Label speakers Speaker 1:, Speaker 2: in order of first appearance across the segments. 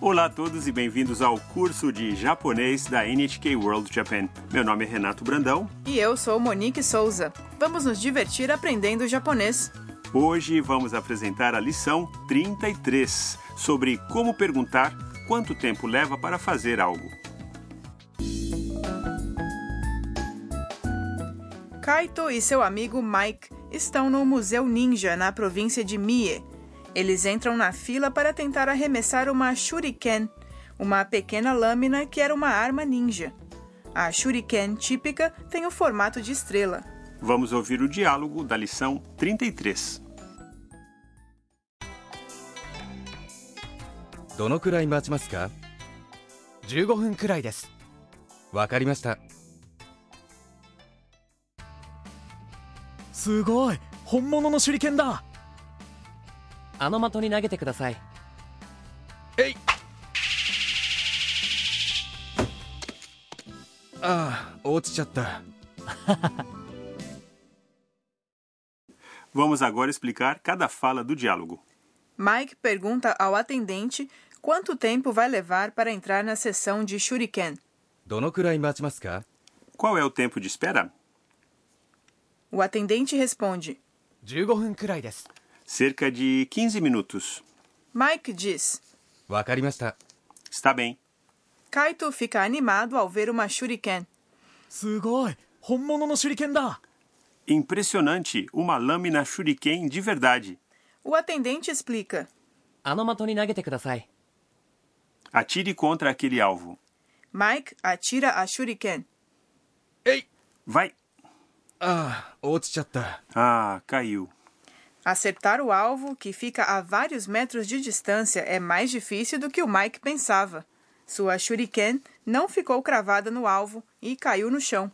Speaker 1: Olá a todos e bem-vindos ao curso de japonês da NHK World Japan. Meu nome é Renato Brandão.
Speaker 2: E eu sou Monique Souza. Vamos nos divertir aprendendo japonês.
Speaker 1: Hoje vamos apresentar a lição 33 sobre como perguntar quanto tempo leva para fazer algo.
Speaker 2: Kaito e seu amigo Mike estão no Museu Ninja na província de Mie. Eles entram na fila para tentar arremessar uma shuriken, uma pequena lâmina que era uma arma ninja. A shuriken típica tem o formato de estrela.
Speaker 1: Vamos ouvir o diálogo da lição 33.
Speaker 3: どのくらい待ちますか
Speaker 4: 15分くらいです
Speaker 3: わかりました
Speaker 4: すごい本物の手裏剣だ
Speaker 5: あの的に投げてください
Speaker 3: ああ落ちちゃった。
Speaker 1: Vamos agora explicar cada fala do diálogo.
Speaker 2: Mike pergunta ao atendente quanto tempo vai levar para entrar na sessão de shuriken.
Speaker 3: どのくらい待ちますか
Speaker 1: Qual é o tempo de espera?
Speaker 2: O atendente responde.
Speaker 4: 15分くらいです
Speaker 1: Cerca de 15 minutos.
Speaker 2: Mike diz.
Speaker 3: わかりました。
Speaker 1: Está bem.
Speaker 2: Kaito fica animado ao ver uma shuriken.
Speaker 4: すごい本物の手裏剣だ
Speaker 1: Impressionante, uma lâmina shuriken de verdade.
Speaker 2: O atendente explica.
Speaker 5: あの的に投げてください
Speaker 1: Atire contra aquele alvo.
Speaker 2: Mike atira a shuriken.
Speaker 1: Vai!
Speaker 3: ああ落ちちゃった。
Speaker 1: Ah, caiu.
Speaker 2: Acertar o alvo, que fica a vários metros de distância, é mais difícil do que o Mike pensava. Sua shuriken não ficou cravada no alvo e caiu no chão.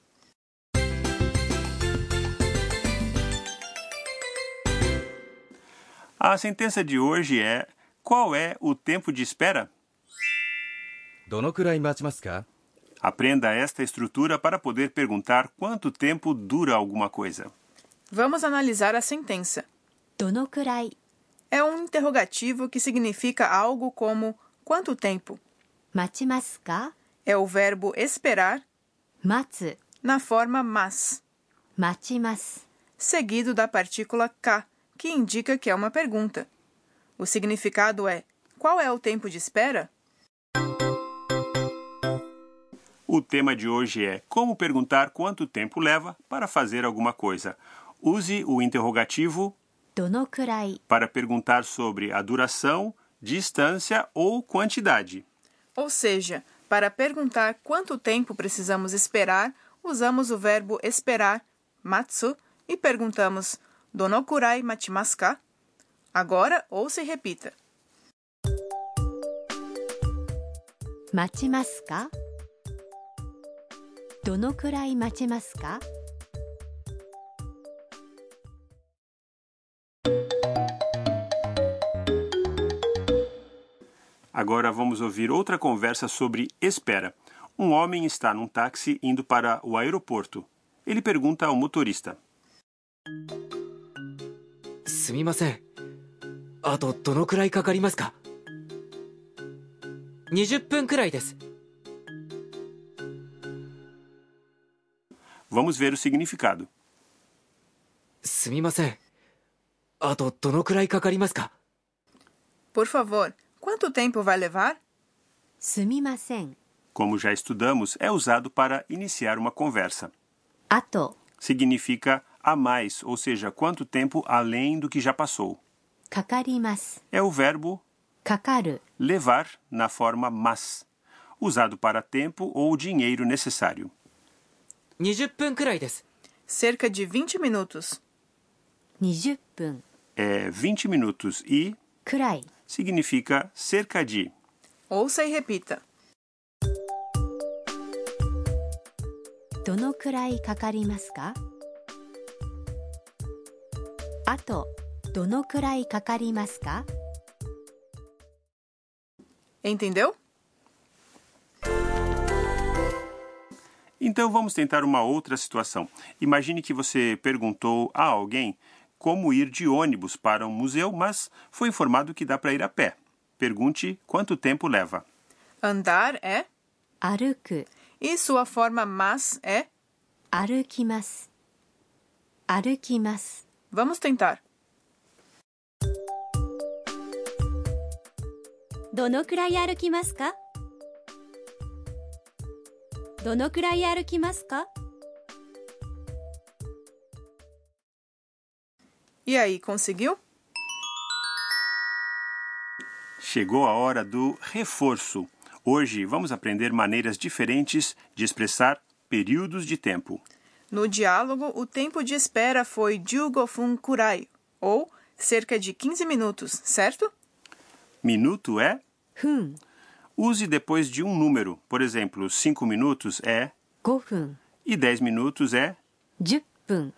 Speaker 1: A sentença de hoje é: qual é o tempo de espera?
Speaker 3: どのくらい待ちますか
Speaker 1: Aprenda esta estrutura para poder perguntar quanto tempo dura alguma coisa.
Speaker 2: Vamos analisar a sentença.
Speaker 6: どのくらい
Speaker 2: É um interrogativo que significa algo como quanto tempo.
Speaker 6: 待ちますか
Speaker 2: É o verbo esperar
Speaker 6: 待つ
Speaker 2: na forma mas,
Speaker 6: 待ちます
Speaker 2: seguido da partícula k, que indica que é uma pergunta. O significado é: qual é o tempo de espera?
Speaker 1: O tema de hoje é como perguntar quanto tempo leva para fazer alguma coisa. Use o interrogativo
Speaker 6: どのくらい
Speaker 1: para perguntar sobre a duração, distância ou quantidade.
Speaker 2: Ou seja, para perguntar quanto tempo precisamos esperar, usamos o verbo esperar, matsu, e perguntamos donokurai machimasu ka? Agora ou se repita.
Speaker 6: 待ちますかどのくらい待ちますか
Speaker 1: Agora vamos ouvir outra conversa sobre espera. Um homem está num táxi indo para o aeroporto. Ele pergunta ao motorista:
Speaker 4: すみませんあとどのくらいかかりますか
Speaker 5: 20分くらいです
Speaker 1: Vamos ver o significado.
Speaker 4: すみませんあとどのくらいかかりますか
Speaker 2: Por favor, quanto tempo vai levar?
Speaker 6: すみません
Speaker 1: Como já estudamos, é usado para iniciar uma conversa.
Speaker 6: あと
Speaker 1: Significa a mais, ou seja, quanto tempo além do que já passou.
Speaker 6: かかります
Speaker 1: É o verbo
Speaker 6: かかる
Speaker 1: levar na forma mas, usado para tempo ou dinheiro necessário.
Speaker 5: 20分くらいです
Speaker 2: Cerca de 20 minutos.
Speaker 6: 20分
Speaker 1: É 20 minutos e
Speaker 6: くらい
Speaker 1: significa cerca de.
Speaker 2: Ouça e repita.
Speaker 6: どのくらいかかりますかあとどのくらいかかりますか
Speaker 2: Entendeu?
Speaker 1: Então vamos tentar uma outra situação. Imagine que você perguntou a alguém como ir de ônibus para um museu, mas foi informado que dá para ir a pé. Pergunte quanto tempo leva.
Speaker 2: Andar é
Speaker 6: 歩く
Speaker 2: e sua forma mas é.
Speaker 6: 歩きます歩きます
Speaker 2: Vamos tentar.
Speaker 6: どのくらい歩きますかどのくらい歩きますか
Speaker 2: E aí, conseguiu?
Speaker 1: Chegou a hora do reforço. Hoje vamos aprender maneiras diferentes de expressar períodos de tempo.
Speaker 2: No diálogo, o tempo de espera foi 15分くらい, ou cerca de 15 minutos, certo?
Speaker 1: Minuto é
Speaker 6: ふん
Speaker 1: use depois de um número. Por exemplo, 5 minutos é
Speaker 6: 5分
Speaker 1: e 10 minutos é.
Speaker 6: 10分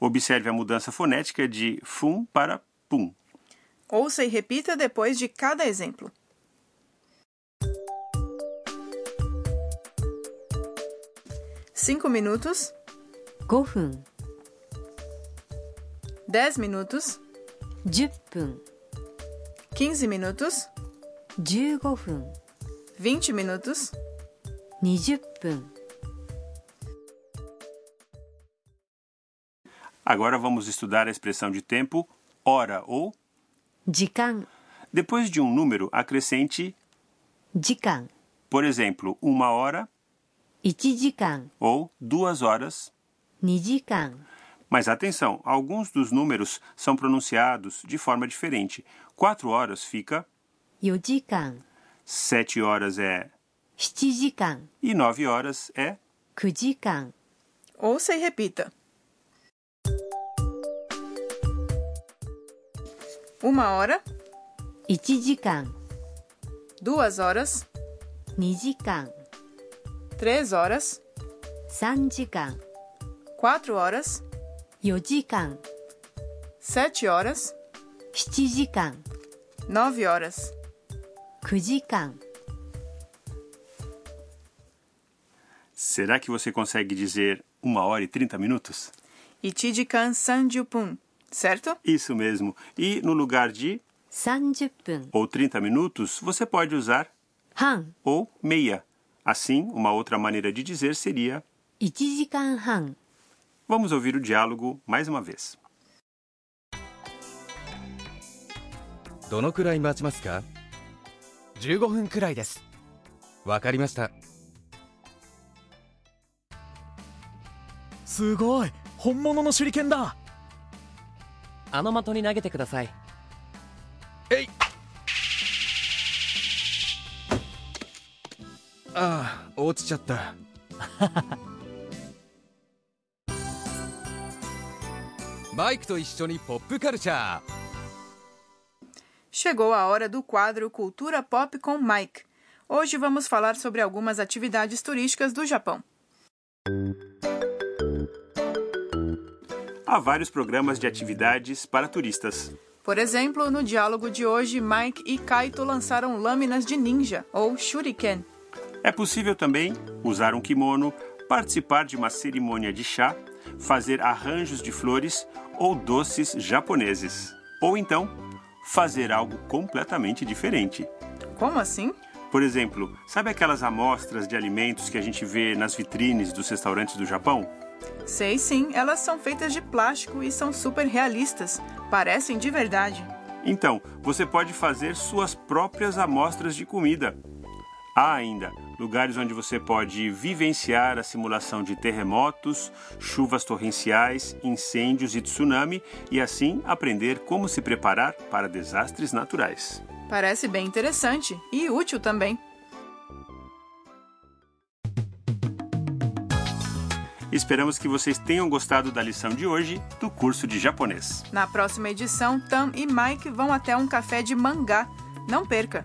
Speaker 1: Observe a mudança fonética de fum para pum.
Speaker 2: Ouça e repita depois de cada exemplo. 5 minutos,
Speaker 6: 5分
Speaker 2: 10 minutos,
Speaker 6: 10分
Speaker 2: 15 minutos,
Speaker 6: 15分
Speaker 2: 20 minutos.
Speaker 6: 20分
Speaker 1: Agora vamos estudar a expressão de tempo hora ou
Speaker 6: 時間
Speaker 1: depois de um número acrescente,
Speaker 6: 時間
Speaker 1: por exemplo, uma hora
Speaker 6: 1時間
Speaker 1: ou duas horas.
Speaker 6: 2時間
Speaker 1: Mas atenção, alguns dos números são pronunciados de forma diferente. Quatro horas fica,
Speaker 6: 4時間
Speaker 1: sete horas é
Speaker 6: 7時間
Speaker 1: e nove horas é.
Speaker 6: 9時間
Speaker 2: Ouça e repita. Uma hora,
Speaker 6: 1時間
Speaker 2: duas horas,
Speaker 6: 2時間
Speaker 2: três horas,
Speaker 6: 3時間
Speaker 2: quatro horas,
Speaker 6: 4時間
Speaker 2: sete horas,
Speaker 6: 7時間
Speaker 2: nove horas.
Speaker 6: 9時間
Speaker 1: Será que você consegue dizer uma hora e trinta minutos?
Speaker 2: Ichijikan Sanjupun, certo?
Speaker 1: Isso mesmo. E no lugar de
Speaker 6: 30分
Speaker 1: ou 30 minutos, você pode usar
Speaker 6: 半
Speaker 1: ou meia. Assim, uma outra maneira de dizer seria.
Speaker 6: 1時間半
Speaker 1: Vamos ouvir o diálogo mais uma vez.
Speaker 3: どのくらい待ちますか
Speaker 4: 15分くらいです
Speaker 3: わかりました
Speaker 4: すごい本物の手裏剣だ
Speaker 5: あの的に投げてください
Speaker 3: ああ落ちちゃ ったマイクと一緒にポップカルチャー
Speaker 2: Chegou a hora do quadro Cultura Pop com Mike. Hoje vamos falar sobre algumas atividades turísticas do Japão.
Speaker 1: Há vários programas de atividades para turistas.
Speaker 2: Por exemplo, no diálogo de hoje, Mike e Kaito lançaram lâminas de ninja, ou shuriken.
Speaker 1: É possível também usar um kimono, participar de uma cerimônia de chá, fazer arranjos de flores ou doces japoneses. Ou então, fazer algo completamente diferente.
Speaker 2: Como assim?
Speaker 1: Por exemplo, sabe aquelas amostras de alimentos que a gente vê nas vitrines dos restaurantes do Japão?
Speaker 2: Sei sim, elas são feitas de plástico e são super realistas. Parecem de verdade.
Speaker 1: Então, você pode fazer suas próprias amostras de comida. Há ainda lugares onde você pode vivenciar a simulação de terremotos, chuvas torrenciais, incêndios e tsunami e assim aprender como se preparar para desastres naturais.
Speaker 2: Parece bem interessante e útil também.
Speaker 1: Esperamos que vocês tenham gostado da lição de hoje do curso de japonês.
Speaker 2: Na próxima edição, Tam e Mike vão até um café de mangá. Não perca!